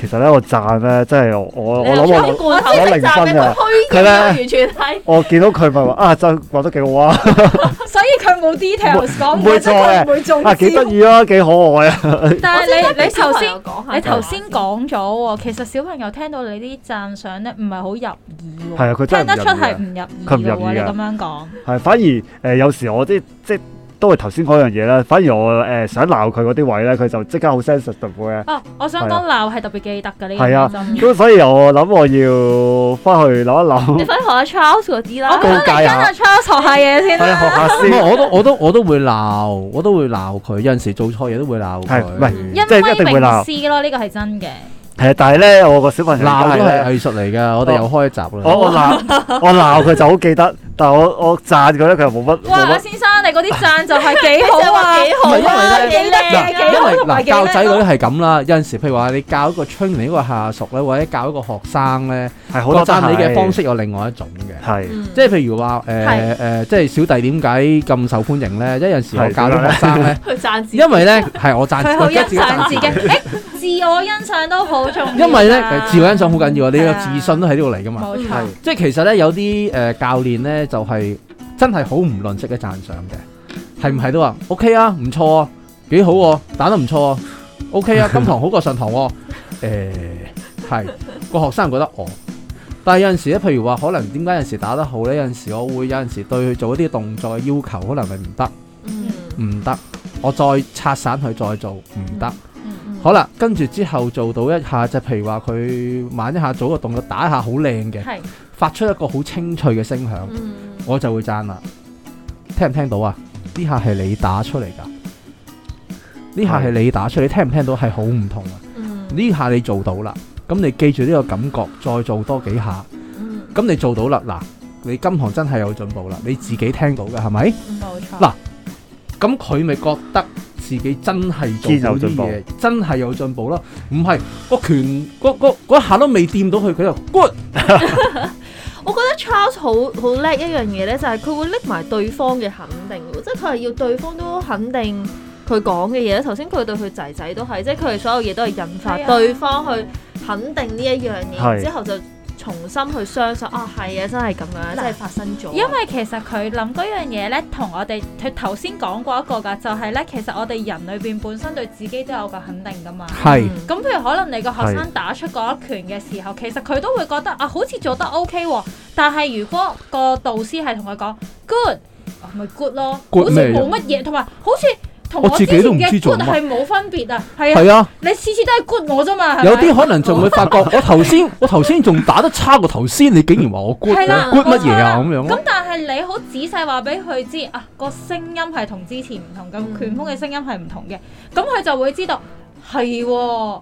Speaker 2: 其實咧我讚咧，真係我我我諗我
Speaker 3: 我
Speaker 2: 頭我零分啊
Speaker 3: 佢虛擬啊完全係。
Speaker 2: 我見到佢咪話啊，真係畫得幾好啊，
Speaker 4: 所以佢冇 details 講，
Speaker 2: 唔會
Speaker 4: 或者
Speaker 2: 錯
Speaker 4: 佢
Speaker 2: 嘅
Speaker 4: 唔會中
Speaker 2: 啊幾得
Speaker 4: 招。
Speaker 2: 意啊，幾可 愛啊，
Speaker 4: 但
Speaker 3: 我
Speaker 4: 係
Speaker 3: 即刻
Speaker 4: 你
Speaker 3: 俾
Speaker 4: 你
Speaker 3: 小
Speaker 4: 頭
Speaker 3: 朋
Speaker 4: 先
Speaker 3: 友講下
Speaker 4: 你頭先講咗喎，其實小朋友聽到你啲讚賞咧，唔係好入耳喎。
Speaker 2: 係啊，佢
Speaker 4: 聽
Speaker 2: 真係
Speaker 4: 得出
Speaker 2: 唔入嘅
Speaker 4: 係唔入耳
Speaker 2: 佢唔
Speaker 4: 嘅
Speaker 2: 入
Speaker 4: 喎，
Speaker 2: 耳啊
Speaker 4: 你
Speaker 2: 㗎
Speaker 4: 咁樣講。
Speaker 2: 係，反而誒、呃有時我啲即都係頭先嗰樣嘢啦。反而我誒、呃想鬧佢嗰啲位咧，佢就即刻好 sensitive 嘅。
Speaker 4: 哦，我
Speaker 1: 啊
Speaker 4: 想講鬧係特別記得嘅呢樣
Speaker 2: 係啊
Speaker 4: 嘢真嘅。
Speaker 2: 咁所以我諗我要翻去諗一諗，啊
Speaker 3: 你 翻學阿 Charles 嗰啲
Speaker 4: 我
Speaker 3: 啦
Speaker 4: 覺，得你
Speaker 2: 告
Speaker 1: 哎
Speaker 2: 誡
Speaker 4: 跟
Speaker 2: 下
Speaker 4: 阿 Charles 學下嘢先
Speaker 2: 係
Speaker 4: 啦。
Speaker 2: 學下
Speaker 1: 啲，唔係
Speaker 2: 先。
Speaker 1: 我都我都我都會鬧，我都會鬧佢，有陣時做錯嘢都會鬧佢，
Speaker 2: 係唔係
Speaker 4: 因
Speaker 2: 即係
Speaker 4: 威
Speaker 2: 一定會
Speaker 4: 明
Speaker 2: 鬧
Speaker 4: 私咯，呢個係真嘅。
Speaker 2: 係啊，但係咧，我個小朋友而
Speaker 1: 鬧
Speaker 2: 家
Speaker 1: 都係
Speaker 2: 係咧，
Speaker 1: 藝術嚟㗎，我哋又開一集啦
Speaker 2: 我。我鬧我鬧佢就好記得，但係我我讚佢咧，佢又冇乜冇
Speaker 4: 哇，
Speaker 2: 乜。
Speaker 4: 先生你嗰啲讚就係幾
Speaker 3: 你就
Speaker 4: 好啊
Speaker 3: 話！幾好
Speaker 1: 唔係因為
Speaker 3: 啊，
Speaker 1: 咧
Speaker 3: 幾
Speaker 4: 嗱
Speaker 1: 嗱，
Speaker 3: 靚 啊
Speaker 1: 因
Speaker 4: 好
Speaker 1: 為
Speaker 4: 同埋
Speaker 1: 嗱
Speaker 4: 幾
Speaker 1: 教
Speaker 4: 叻
Speaker 1: 仔女
Speaker 4: 咯
Speaker 1: 係咁啦，有陣時譬如話你教一個 training 一個下屬咧，或者教一個學生咧，
Speaker 2: 係好
Speaker 1: 個
Speaker 2: 多
Speaker 1: 讚美嘅方
Speaker 2: 式
Speaker 1: 式有另外一種嘅。
Speaker 2: 係
Speaker 3: 嗯
Speaker 1: 即係譬如話誒
Speaker 4: 係
Speaker 1: 誒，即係小弟點解咁受歡迎咧？一陣時我
Speaker 2: 係
Speaker 1: 教啲學生咧，
Speaker 3: 佢讚自己
Speaker 1: 因為咧係我讚
Speaker 4: 佢好
Speaker 1: 我
Speaker 4: 欣
Speaker 1: 自己
Speaker 4: 賞
Speaker 1: 讚
Speaker 4: 自己， 誒，自我欣賞都好重要㗎。啊
Speaker 1: 因為咧自我欣賞好緊要啊！你
Speaker 4: 係
Speaker 1: 個
Speaker 4: 啊
Speaker 1: 自信都喺呢度嚟㗎嘛。
Speaker 4: 冇錯
Speaker 2: 係，
Speaker 1: 即係其實咧有啲誒教練咧就係真係好唔吝嗇嘅讚賞嘅，係唔係都 話 OK 啊，唔錯啊，幾好喎，打得唔錯啊。O K 啊，今堂好過上堂喎、誒係個學生覺得哦。但係有陣時咧，譬如話，可能點解有陣時打得好咧？有陣時我會有陣時對佢做一啲動作嘅要求，可能係唔得，
Speaker 3: 嗯
Speaker 1: 唔得，我再拆散佢再做，唔得。
Speaker 3: 嗯
Speaker 1: 好啦，跟住之後做到一下就譬如話佢慢一下做個動作，打一下好靚嘅，
Speaker 3: 係
Speaker 1: 發出一個好清脆嘅聲響，
Speaker 3: 嗯
Speaker 1: 我就會讚啦。聽唔聽到啊？呢下係你打出嚟㗎，呢下係你打出嚟，你聽唔聽到係好唔同啊！
Speaker 3: 嗯
Speaker 1: 呢下你做到啦，咁你記住呢個感覺，再做多幾下。
Speaker 3: 嗯
Speaker 1: 咁你做到啦，嗱，你今行真係有進步啦，你自己聽到嘅係咪？
Speaker 4: 冇錯。
Speaker 1: 嗱咁佢咪覺得自己真係做到
Speaker 2: 堅有進
Speaker 1: 啲
Speaker 2: 步
Speaker 1: 嘢，真係有進步咯。唔係個拳嗰嗰嗰一下都未掂到佢，佢就 good。
Speaker 3: 我覺得 Charles 好好叻一樣嘢咧，就係佢會拎埋對方嘅肯定喎，即係佢係要對方都肯定佢講嘅嘢。頭先佢對佢仔仔都係，即係佢哋所有嘢都係引發
Speaker 4: 係啊
Speaker 3: 對方去肯定呢一樣嘢，
Speaker 2: 係
Speaker 3: 然之後就重新去相信啊，係啊，真係咁樣，
Speaker 4: 嗱
Speaker 3: 真係發生咗。
Speaker 4: 因為其實佢諗嗰樣嘢咧，同我哋佢頭先講過一個㗎，就係咧，其實我哋人裏邊本身對自己都有個肯定㗎嘛。
Speaker 1: 係
Speaker 3: 嗯
Speaker 4: 咁譬如可能你個學生打出嗰一拳嘅時候，其實佢都會覺得啊，好似做得 OK 喎。但係如果個導師係同佢講 good，啊咪 good 咯
Speaker 1: good
Speaker 4: 好似
Speaker 1: 咩啫
Speaker 4: 冇乜嘢，同埋好似同
Speaker 1: 我
Speaker 4: 我
Speaker 1: 自
Speaker 4: 之
Speaker 1: 己
Speaker 4: 前
Speaker 1: 都唔知
Speaker 4: 嘅
Speaker 1: 做
Speaker 4: good
Speaker 1: 乜
Speaker 4: 係冇分別啊。係啊，
Speaker 1: 係啊，
Speaker 4: 你次次都係 good 我啫嘛。係咪
Speaker 1: 有啲可能仲會發覺，我頭先我頭先仲打得差過頭先，你竟然話我 good，
Speaker 4: 係啦
Speaker 1: 我 good 乜嘢啊
Speaker 4: 冇
Speaker 1: 咁樣
Speaker 4: 咁
Speaker 1: 咯？
Speaker 4: 但係你好仔細話俾佢知啊，個聲音係同之前唔同
Speaker 3: 嗯
Speaker 4: 嘅，拳風嘅聲音係唔同嘅，咁佢就會知道係喎，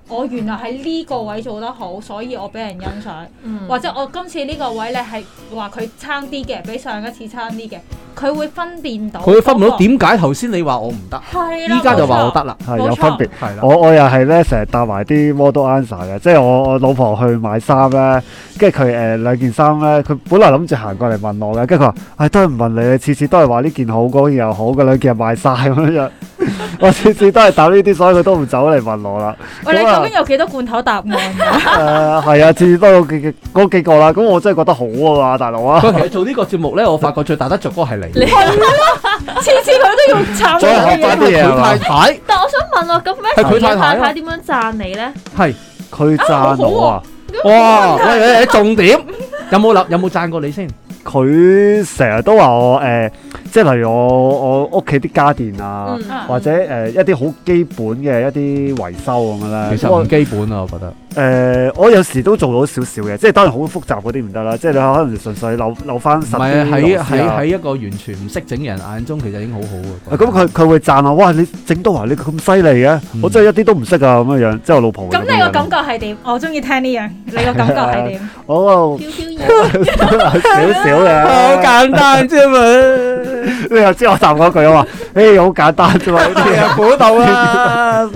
Speaker 4: 我原來喺呢個位做得好，所以我俾人欣賞，
Speaker 3: 嗯
Speaker 4: 或者我今次呢個位咧係話佢差啲嘅，比上一次差啲嘅，佢會分辨到嗰個，
Speaker 1: 佢分唔到點解頭先你話我唔得，
Speaker 4: 係啦，
Speaker 1: 依家就話我
Speaker 4: 冇錯
Speaker 1: 得啦，
Speaker 2: 係
Speaker 4: 冇
Speaker 2: 有
Speaker 4: 錯
Speaker 2: 分別。
Speaker 1: 係啦。
Speaker 2: 我我又係咧，成日搭埋啲 model answer 嘅，即係我我老婆去買衫咧，跟住佢誒兩件衫咧，佢本來諗住行過嚟問我嘅，跟住佢話：，唉、都係唔問你，啊次次都係話呢件好，嗰件又好，嗰兩件又賣晒咁 樣。我次次都係答呢啲，所以佢都唔走嚟問我 啦。
Speaker 4: 喂，你
Speaker 2: 咁啊
Speaker 4: 究竟有幾多罐頭答案㗎？
Speaker 2: 誒係啊，次次都有幾幾嗰幾個啦。咁我真係覺得好啊嘛，大佬啊，
Speaker 1: 佢其實做呢個節目咧，我發覺最打得着嗰個係 你，
Speaker 4: 次次佢都要插
Speaker 2: 再學
Speaker 4: 嘢
Speaker 2: 翻啲嘢
Speaker 1: 佢
Speaker 2: 啊
Speaker 1: 太
Speaker 2: 嘛。
Speaker 1: 太
Speaker 3: 但我想問啊，咁
Speaker 1: 係佢
Speaker 3: Max
Speaker 1: 太太啊
Speaker 3: 太太點樣讚你咧？
Speaker 1: 係。
Speaker 2: 佢讚我啊，
Speaker 1: 哇！喂喂，喂重點有冇諗有冇讚過你先？
Speaker 2: 佢成日都話我誒、呃即係例如我我屋企啲家電啊。
Speaker 4: 嗯
Speaker 2: 或者誒、呃一啲好基本嘅一啲維修咁樣咧。
Speaker 1: 其實
Speaker 2: 我
Speaker 1: 唔基本啊，我覺得。
Speaker 2: 誒、我有時都做到少少嘅，即係當然好複雜嗰啲唔得啦，即係你可能純粹扭扭翻
Speaker 1: 唔係
Speaker 2: 實
Speaker 1: 啊，
Speaker 2: 啲
Speaker 1: 喺
Speaker 2: 螺絲
Speaker 1: 喺
Speaker 2: 啊
Speaker 1: 喺一個完全唔識整嘅人眼中，其實已經好好
Speaker 2: 啊
Speaker 1: 啊。
Speaker 2: 咁佢佢會讚啊！哇，你整到啊，你咁犀利嘅，
Speaker 1: 嗯
Speaker 2: 我真係一啲都唔識啊咁樣樣。即係我老婆會
Speaker 4: 咁
Speaker 2: 樣
Speaker 4: 你個
Speaker 2: 樣
Speaker 4: 感覺係點？我中意聽呢樣，你個感覺 係點？
Speaker 2: 我
Speaker 3: 飄飄然
Speaker 2: 哦啊少少嘅，
Speaker 1: 簡單啫嘛，
Speaker 2: 你又知我答嗰句啊嘛？誒，好簡單啫嘛呢 啲
Speaker 4: 啊
Speaker 2: 嘢。
Speaker 1: 估到啦。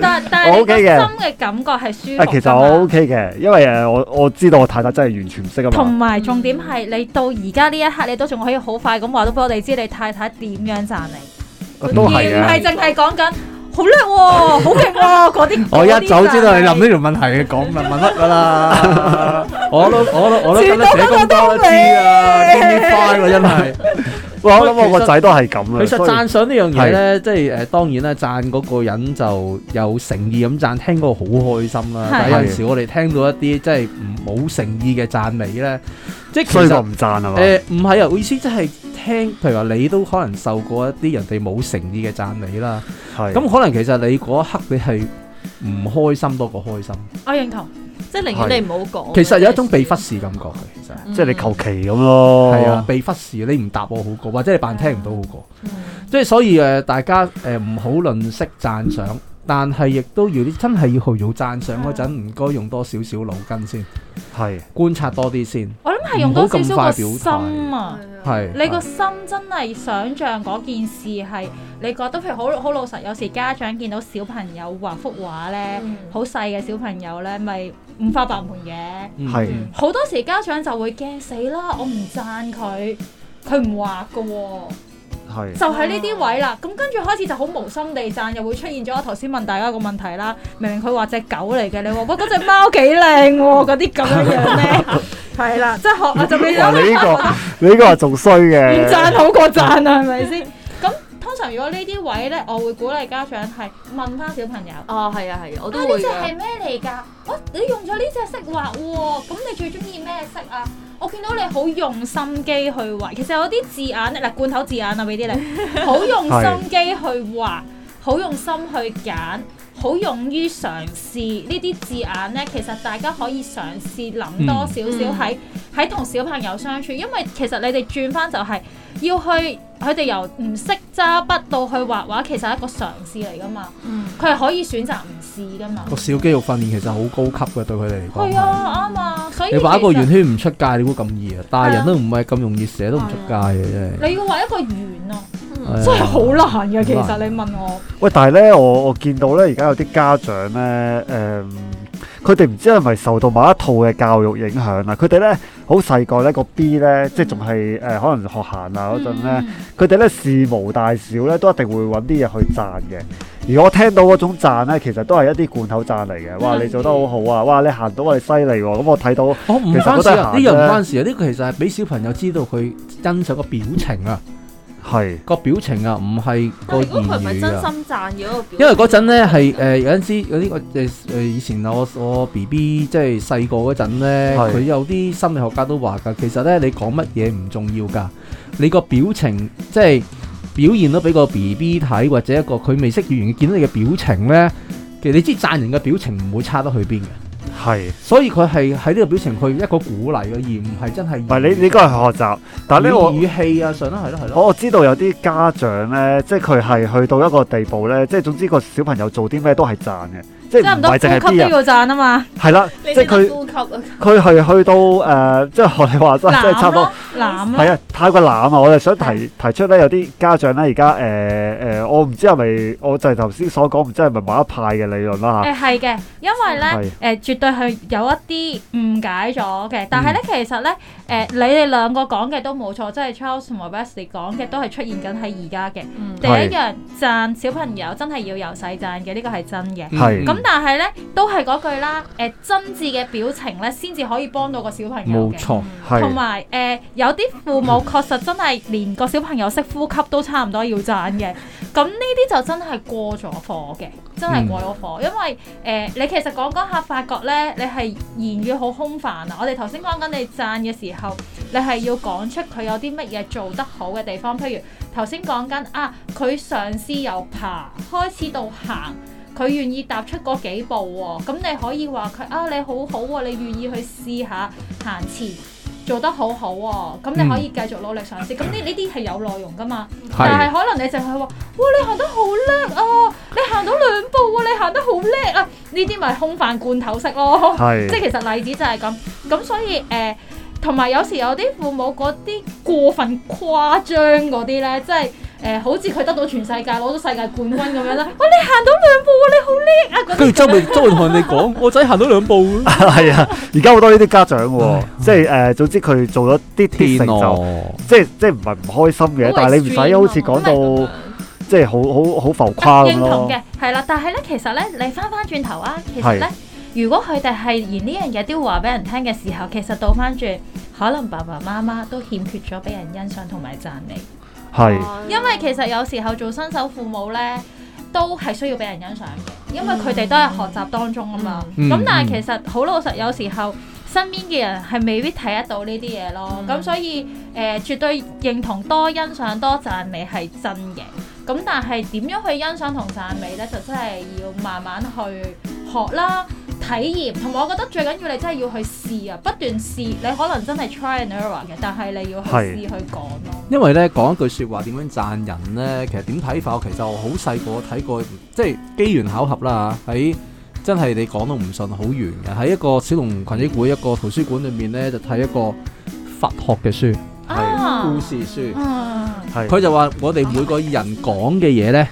Speaker 4: 但但係
Speaker 2: 我
Speaker 4: 你個
Speaker 2: OK
Speaker 4: 心
Speaker 2: 嘅
Speaker 4: 嘅感覺係舒服㗎嘛
Speaker 1: 哎
Speaker 2: 啊，其實我 OK 嘅，因為呃誒我我知道我太太真係完全唔識啊
Speaker 4: 同
Speaker 2: 嘛。
Speaker 4: 埋重點係你到而家呢一刻，你都仲可以好快咁話到俾我哋知你太太點樣讚你，
Speaker 2: 都
Speaker 1: 啊
Speaker 4: 而
Speaker 2: 係
Speaker 4: 唔係
Speaker 2: 嘅。
Speaker 4: 淨係講緊好叻喎、好勁喎嗰啲。
Speaker 1: 我一早知道你諗
Speaker 4: 呢
Speaker 1: 呢條問題嘅講問問乜㗎 啦，我都我都我都跟得社工多都知啊，堅
Speaker 4: 全部
Speaker 1: 啲快喎真 係。
Speaker 2: 哇我諗我個仔都係咁
Speaker 1: 其
Speaker 2: 啊。
Speaker 1: 實
Speaker 2: 所以
Speaker 1: 讚賞呢樣嘢咧，即係誒當然啦，讚嗰個人就有誠意咁讚，聽嗰個好開心啦。
Speaker 4: 係
Speaker 1: 但有陣時我哋聽到一啲即係唔冇誠意嘅讚美咧，即係其
Speaker 2: 所以我
Speaker 1: 實
Speaker 2: 唔讚啊嘛。
Speaker 1: 誒唔係啊，我意思即係聽，譬如話你都可能受過一啲人哋冇誠意嘅讚美啦。
Speaker 2: 係啊
Speaker 1: 咁可能其實你嗰一刻你係唔開心多過開心，
Speaker 2: 哦
Speaker 4: 我認同，
Speaker 3: 即係寧願你唔好講。
Speaker 1: 其實有一種被忽視感覺嘅，其實
Speaker 2: 即係你求其咁咯。
Speaker 1: 係啊，，被忽視，你唔答我好過，或者你扮聽唔到好過。
Speaker 3: 嗯。
Speaker 1: 即係所以誒、呃大家誒唔好吝惜讚賞，但係亦都要真係要去做讚賞嗰陣，唔該用多少少腦筋先，
Speaker 2: 係
Speaker 1: 觀察多啲先。
Speaker 4: 我諗係用多少
Speaker 1: 唔
Speaker 4: 少
Speaker 1: 好
Speaker 4: 個
Speaker 1: 咁
Speaker 4: 心
Speaker 1: 快表態
Speaker 4: 啊。
Speaker 1: 係
Speaker 4: 你個心真係想像嗰件事係你覺得，譬如好好老實，有時家長見到小朋友畫幅畫咧
Speaker 3: 嗯，
Speaker 4: 好細嘅小朋友咧，咪五花八門嘅。
Speaker 1: 嗯
Speaker 2: 係
Speaker 1: 嗯
Speaker 4: 好多時家長就會驚死啦，我唔讚佢，佢唔畫㗎喎。
Speaker 2: 係
Speaker 4: 就喺呢啲位
Speaker 1: 啊
Speaker 4: 啦，咁跟住開始就好無心地讚，又會出現咗我頭先問大家個問題啦。明明佢話隻狗嚟嘅，你話哇嗰只貓幾靚喎，嗰啲咁樣樣咧， 係啦，即係學
Speaker 1: 啊
Speaker 4: 啊我就變
Speaker 2: 哇！
Speaker 4: 咗
Speaker 2: 你呢個你呢個係仲衰
Speaker 4: 唔
Speaker 2: 嘅，
Speaker 4: 讚好過讚啊，係咪先？咁通常常如果呢啲位咧，我會鼓勵家長係問翻小朋友。
Speaker 3: 哦，係啊，係啊，我都
Speaker 4: 啊！呢
Speaker 3: 會
Speaker 4: 只
Speaker 3: 嘅
Speaker 4: 係。咩嚟㗎？我你用咗呢只色畫喎，咁你最中意咩色啊？我見到你好用心機去畫，其實有啲字眼嗱罐頭字眼啊，俾啲 你，好用心機去畫，好用心去揀，好勇於嘗試呢啲字眼呢，其實大家可以嘗試諗多少
Speaker 3: 嗯
Speaker 4: 少喺喺同小朋友相處，因為其實你哋轉翻就係要去佢哋由唔識揸筆到去畫畫，其實係一個嘗試嚟㗎嘛。
Speaker 3: 嗯
Speaker 4: 佢係可以選擇唔試噶嘛。
Speaker 1: 個小肌肉訓練其實好高級嘅，對佢哋嚟講
Speaker 4: 係
Speaker 1: 係。
Speaker 4: 啊，啱啊，
Speaker 3: 哎
Speaker 4: 所以
Speaker 1: 你畫一個
Speaker 4: 其實
Speaker 1: 圓圈唔出界，你估咁易啊？大人都唔係咁容易寫都唔出界嘅，
Speaker 3: 啊
Speaker 1: 真係。
Speaker 4: 你要畫一個圓啊，
Speaker 1: 係啊
Speaker 4: 真係好難嘅。其
Speaker 1: 好
Speaker 4: 實你問我，
Speaker 2: 喂，但係咧，我我見到咧，而家有啲家長咧，誒、佢哋唔知係咪受到某一套嘅教育影響啦？佢哋咧好細個咧個 B 咧，即係仲係誒呃可能學行啊嗰陣咧，
Speaker 4: 嗯
Speaker 1: 嗯
Speaker 2: 佢哋咧事無大小咧都一定會揾啲嘢去讚嘅。而我聽到嗰種讚咧，其實都係一啲罐頭讚嚟嘅。
Speaker 1: 嗯
Speaker 2: 哇，你做得好好啊！哇，你行到啊，你犀利喎！咁我睇到。
Speaker 1: 我唔
Speaker 2: 其實
Speaker 1: 關事
Speaker 2: 我都係
Speaker 1: 啊，呢個唔
Speaker 2: 行啫
Speaker 1: 關事啊，呢個其實係俾小朋友知道佢欣賞個表情啊，
Speaker 2: 係
Speaker 1: 個表情啊，唔係個
Speaker 3: 但如果
Speaker 1: 言
Speaker 3: 佢唔係
Speaker 1: 語
Speaker 3: 真
Speaker 1: 啊。
Speaker 3: 心讚嘅嗰個表，
Speaker 1: 因為嗰陣咧係誒有陣時有啲我誒誒以前我我 B B 即係細個嗰陣咧，
Speaker 2: 係
Speaker 1: 佢有啲心理學家都話㗎，其實咧你講乜嘢唔重要㗎，你個表情即係表現到俾個 B B 睇，或者一個佢未識語言見到你嘅表情咧，其實你知讚人嘅表情唔會差得去邊嘅，
Speaker 2: 係，
Speaker 1: 所以佢係喺呢個表情佢一個鼓勵嘅，而唔係真係
Speaker 2: 唔係你你嗰係學習，但係咧我
Speaker 1: 語語氣啊上啦係咯係咯，
Speaker 2: 我我知道有啲家長咧，即係佢係去到一個地步咧，即係總之個小朋友做啲咩都係讚嘅，即
Speaker 4: 即
Speaker 2: 係
Speaker 4: 係
Speaker 2: 唔
Speaker 4: 唔到
Speaker 2: 係淨係
Speaker 4: 呼
Speaker 2: B
Speaker 4: 吸都
Speaker 2: 人，
Speaker 4: 要讚啊嘛，
Speaker 2: 係啦，
Speaker 3: 你
Speaker 2: 即係
Speaker 3: 先得
Speaker 2: 佢
Speaker 3: 呼吸啊！
Speaker 2: 佢係去到誒、呃即係學你話齋，即係差
Speaker 4: 攬
Speaker 2: 唔多
Speaker 4: 咯，攬
Speaker 2: 係
Speaker 4: 咯，
Speaker 2: 啊，太過濫啊！我就想提
Speaker 4: 係
Speaker 2: 提出咧，有啲家長咧而家誒誒，我唔知係咪，我就係頭先所講，唔知係咪某一派嘅理論啦嚇，
Speaker 4: 誒係嘅，因為
Speaker 2: 係
Speaker 4: 咧誒絕對係有一啲誤解咗嘅，但係
Speaker 2: 嗯
Speaker 4: 咧其實咧誒你哋兩個講嘅都冇錯，即係 Charles 同埋 Wesley 講嘅都係出現緊喺而家嘅。
Speaker 3: 嗯
Speaker 4: 第一樣讚小朋友真係要由細讚嘅，呢個係真嘅。
Speaker 1: 嗯
Speaker 2: 係
Speaker 4: 咁但係咧，都係嗰句啦，誒、真摯嘅表情咧，先至可以幫到個小朋友
Speaker 1: 冇
Speaker 4: 嘅。
Speaker 1: 錯，
Speaker 4: 同
Speaker 2: 係
Speaker 4: 埋誒，有啲父母確實真係連個小朋友識呼吸都差唔多要讚嘅，咁呢啲就真係過咗火嘅，真係過咗
Speaker 1: 嗯
Speaker 4: 火，因為誒、呃你其實講講下發覺咧，你係言語好空泛啊！我哋頭先講緊你讚嘅時候，你係要講出佢有啲乜嘢做得好嘅地方，譬如頭先講緊啊，佢嘗試由爬開始到行。佢願意踏出嗰幾步喎、咁你可以話佢啊，你好好喎、你願意去試下行前，做得好好、喎，咁你可以繼續努力嘗試。咁呢呢啲係有內容噶嘛，但係可能你淨係話，哇你行得好叻啊，你行到兩步喎、你行得好叻啊，呢啲咪空泛罐頭式咯。即係
Speaker 2: 係
Speaker 4: 其實例子就係咁，咁所以誒，同、埋有時有啲父母嗰啲過分誇張嗰啲咧，即係誒、好似佢得到全世界攞到世界冠軍咁樣啦，喂，你行到兩步喎，你好叻啊！嗰
Speaker 1: 跟
Speaker 4: 啲
Speaker 1: 住周圍周圍同人哋講， 我仔行到兩步，
Speaker 2: 係啊！而家好多呢啲家長喎，即係誒、呃總之佢做咗啲啲成就。
Speaker 1: 哦
Speaker 2: 即係即係唔係唔開心嘅，但係你唔使好似講到即係好好好浮誇啊咁
Speaker 4: 啊認同
Speaker 2: 咯。
Speaker 4: 嘅，係啦，但係咧，其實咧，你翻翻轉頭啊，其實咧，如果佢哋係連呢樣嘢都要話俾人聽嘅時候，其實倒翻轉，可能爸爸媽媽都欠缺咗俾人欣賞同埋讚美。
Speaker 2: 係
Speaker 4: 因為其實有時候做新手父母咧，都係需要俾人欣賞嘅，因為佢哋都係學習當中啊嘛。咁、
Speaker 1: 嗯
Speaker 4: 但係其實好老實，有時候身邊嘅人係未必睇得到呢啲嘢咯。
Speaker 3: 嗯
Speaker 4: 咁、所以誒、呃，絕對認同多欣賞多讚美係真嘅。咁但係點樣去欣賞同讚美咧，就真係要慢慢去學啦。體驗同埋我覺得最緊要你真係要去試啊，不斷試，你可能真係 try and error 嘅，但係你要去
Speaker 2: 係
Speaker 4: 試去講咯。
Speaker 1: 因為咧講一句説話點樣讚人咧，其實點睇法？其實我好細個睇過，即係機緣巧合啦嚇喺真係你講到唔信好遠嘅，喺一個小龍群益會一個圖書館裏面咧，就睇一個佛學嘅書、故
Speaker 4: 啊，
Speaker 1: 事書。
Speaker 4: 嗯。
Speaker 2: 係
Speaker 1: 佢就話：我哋每個人講嘅嘢咧，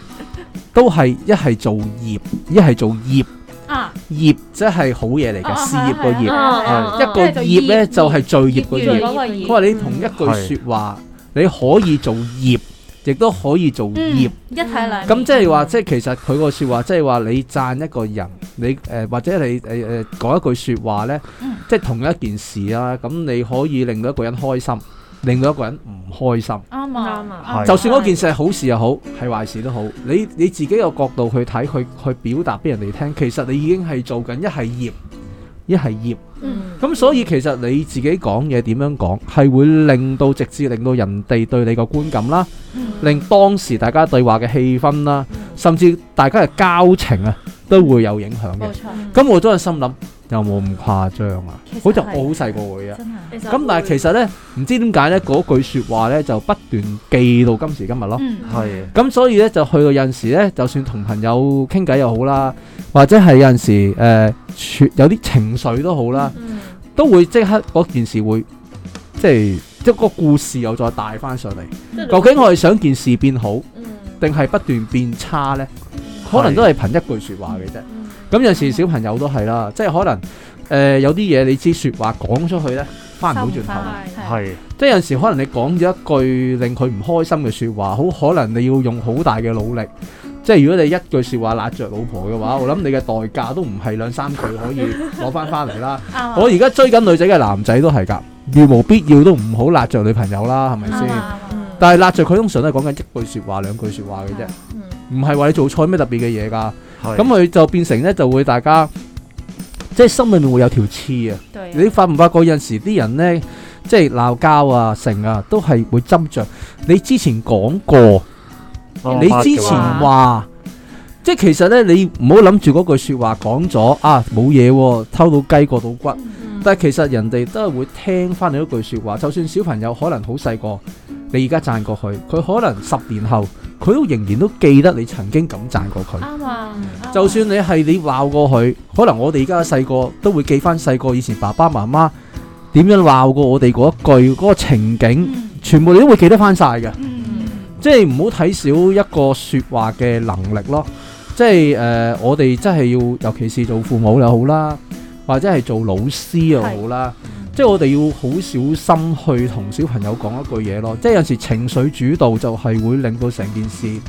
Speaker 1: 都係一係做業，一係做業。
Speaker 4: 啊，
Speaker 1: 業即係好嘢嚟嘅，事業個業。
Speaker 3: 啊
Speaker 1: 一個業咧就係罪業個
Speaker 4: 業
Speaker 1: 業
Speaker 4: 餘。嗰個業，
Speaker 1: 佢話你同一句説話，你可以做業，亦都可以做業。
Speaker 4: 一體兩
Speaker 1: 咁即係話，即係其實佢個説話，即係話你讚一個人，你誒、呃或者你誒誒講一句説話咧，啊
Speaker 4: 嗯
Speaker 1: 即係同一件事啦。咁你可以令到一個人開心，令到一個人唔開心。
Speaker 4: 啱
Speaker 3: 啱
Speaker 4: 啊，
Speaker 3: 啊
Speaker 2: 係
Speaker 1: 就算嗰件事係好事又好，係壞事都好，你你自己個角度去睇，去去表達俾人哋聽，其實你已經係做緊一係業，一係業。
Speaker 3: 嗯，
Speaker 1: 咁所以其實你自己講嘢點樣講，係會令到直至令到人哋對你個觀感啦，令當時大家對話嘅氣氛啦，甚至大家嘅交情啊，都會有影響嘅
Speaker 4: 冇。錯，
Speaker 1: 咁我都係心諗，有冇咁誇張啊
Speaker 4: 其實？
Speaker 1: 好似
Speaker 4: 係
Speaker 1: 我好細個會啊。
Speaker 4: 真係。
Speaker 1: 咁但係其實呢，唔知點解呢嗰句説話呢，就不斷記到今時今日咯。
Speaker 4: 嗯，
Speaker 2: 係
Speaker 1: 咁所以咧就去到有陣時咧，就算同朋友傾偈又好啦，或者係有陣時誒、呃處有啲情緒都好啦，
Speaker 3: 嗯
Speaker 1: 都會即刻嗰件事會即係即係個故事又再帶翻上嚟。
Speaker 3: 即係
Speaker 1: 究竟我哋想件事變好，
Speaker 3: 嗯
Speaker 1: 定係不斷變差呢？可能都係憑一句説話嘅啫。
Speaker 3: 嗯
Speaker 1: 咁有陣時小朋友都係啦，即係可能誒、呃有啲嘢你知説話講出去呢，翻唔到轉頭。
Speaker 4: 係
Speaker 2: 係
Speaker 1: 即係有陣時可能你講咗一句令佢唔開心嘅説話，好可能你要用好大嘅努力。即係如果你一句説話揦着老婆嘅話，我諗你嘅代價都唔係兩三句可以攞翻翻嚟啦。
Speaker 4: 啱啊
Speaker 1: 我而家追緊女仔嘅男仔都係㗎，如無必要都唔好揦着女朋友啦，係咪
Speaker 4: 啱
Speaker 1: 先？
Speaker 4: 啊啱啊
Speaker 1: 但係揦着佢通常都係講緊一句説話、兩句説話嘅啫，
Speaker 3: 嗯
Speaker 1: 唔係話你做錯咩特別嘅嘢㗎。
Speaker 2: 係
Speaker 1: 咁佢就變成呢，就會大家即係心裏面會有條刺啊。
Speaker 3: 對啊
Speaker 1: 你發唔發覺有陣時啲人呢，即係鬧交啊、成啊，都係會斟酌。你之前講過，
Speaker 2: 哦
Speaker 1: 你
Speaker 2: 抹
Speaker 1: 之
Speaker 2: 咗
Speaker 1: 前
Speaker 2: 啊
Speaker 1: 話，即係其實呢，你唔好諗住嗰句説話講咗啊冇嘢喎，偷到雞過到骨。
Speaker 3: 嗯
Speaker 1: 但係其實人哋都係會聽翻你嗰句説話，就算小朋友可能好細個，你而家讚過佢，佢可能十年後佢都仍然都記得你曾經咁讚過佢。
Speaker 3: 啱啊，啱啊
Speaker 1: 就
Speaker 4: 嗯
Speaker 1: 算你係你鬧過佢，可能我哋而家細個都會記翻細個以前爸爸媽媽點樣鬧過我哋嗰一句嗰、個情景，
Speaker 4: 嗯
Speaker 1: 全部你都會記得翻晒嘅。
Speaker 4: 嗯
Speaker 1: 即係唔好睇少一個説話嘅能力咯。即係誒、呃我哋真係要，尤其是做父母又好啦，或者係做老師又好啦，即係我哋要好小心去同小朋友講一句嘢咯。即係有時情緒主導就係會令到成件事誒、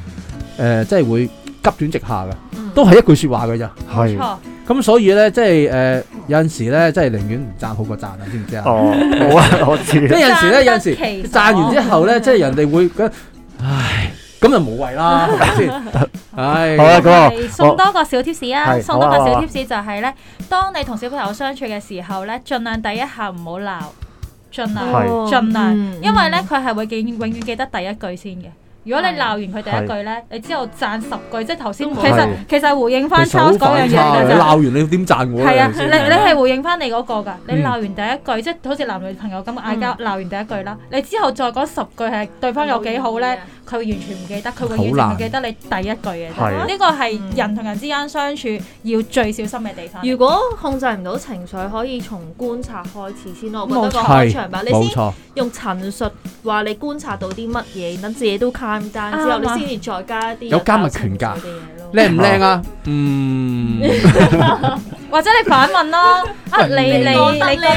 Speaker 1: 呃即係會急轉直下嘅，
Speaker 3: 嗯
Speaker 1: 都係一句説話嘅咋。
Speaker 4: 冇
Speaker 2: 係
Speaker 4: 錯，
Speaker 1: 咁所以咧，即係誒、呃有陣時咧，即係寧願唔讚好過讚啊，知唔知啊？
Speaker 2: 哦，好啊，我
Speaker 1: 即
Speaker 2: 知
Speaker 1: 係有陣時咧，有陣
Speaker 4: 讚得
Speaker 1: 時
Speaker 4: 其
Speaker 1: 讚完之後咧，
Speaker 4: 所
Speaker 1: 即係人哋會覺得，唉，咁就冇謂 啦，係咪先？唉，
Speaker 2: 好啦，咁啊，
Speaker 4: 係送多個小 tips 啊，
Speaker 2: 係
Speaker 4: 送多個
Speaker 2: 好啊好
Speaker 4: 小
Speaker 2: 啊
Speaker 4: tips 就係咧，當你同小朋友相處嘅時候咧，盡量第一下唔好鬧，盡量
Speaker 2: 係
Speaker 4: 盡量，
Speaker 3: 嗯
Speaker 4: 因為咧佢係會記永遠記得第一句先嘅。如果你
Speaker 3: 係
Speaker 4: 鬧完佢第一句咧，你之後讚十句，即係頭先
Speaker 3: 都冇
Speaker 4: 其實
Speaker 2: 係
Speaker 4: 其實回應翻
Speaker 1: 其實
Speaker 4: Charles
Speaker 1: 好
Speaker 4: 嗰樣
Speaker 1: 反
Speaker 4: 嘢
Speaker 1: 差
Speaker 4: 㗎
Speaker 1: 嘅，
Speaker 4: 啫
Speaker 1: 你鬧完你點讚我
Speaker 4: 係
Speaker 1: 咧？
Speaker 4: 啊，
Speaker 1: 係咪
Speaker 4: 你
Speaker 1: 先
Speaker 4: 你係回應翻你嗰個㗎，你
Speaker 1: 嗯
Speaker 4: 鬧完第一句，即係好似男女朋友咁嗌交，鬧完第一句啦，你之後再講十句係對方有幾好
Speaker 3: 啊
Speaker 4: 咧，佢完全唔記得，佢永遠
Speaker 1: 好
Speaker 4: 淨係
Speaker 1: 難
Speaker 4: 記得你第一句嘅啫。
Speaker 2: 係
Speaker 4: 呢個係人同人之間相處要最小心嘅地方。
Speaker 3: 如果控制唔到情緒，可以從觀察開始先咯。我覺得
Speaker 4: 冇
Speaker 3: 個
Speaker 4: 錯
Speaker 3: 開場白，你
Speaker 1: 冇
Speaker 3: 先
Speaker 1: 錯，
Speaker 3: 用陳述話你觀察到啲乜嘢，等自己都 calm down 之後，
Speaker 4: 啱啊
Speaker 3: 你先至再加一啲
Speaker 1: 有加密權
Speaker 3: 情緒
Speaker 1: 㗎
Speaker 3: 嘅嘢咯。
Speaker 1: 靚唔靚啊？ 嗯，
Speaker 4: 或者你反問咯，啊你你你
Speaker 3: 覺得
Speaker 4: 你
Speaker 3: 咧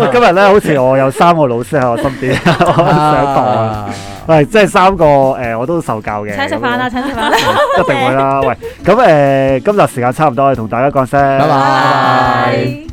Speaker 2: 喂今日咧好似我有三個老師喺我身 邊，我上堂啊。
Speaker 1: 啊
Speaker 2: 喂，即係三個誒、我都受教嘅。
Speaker 4: 請食飯啊啦，
Speaker 2: 咁
Speaker 4: 請食飯啦，
Speaker 2: 樣，一定會啦。喂，咁誒、今日時間差唔多，我哋同大家講聲，
Speaker 1: 拜拜
Speaker 4: 拜拜。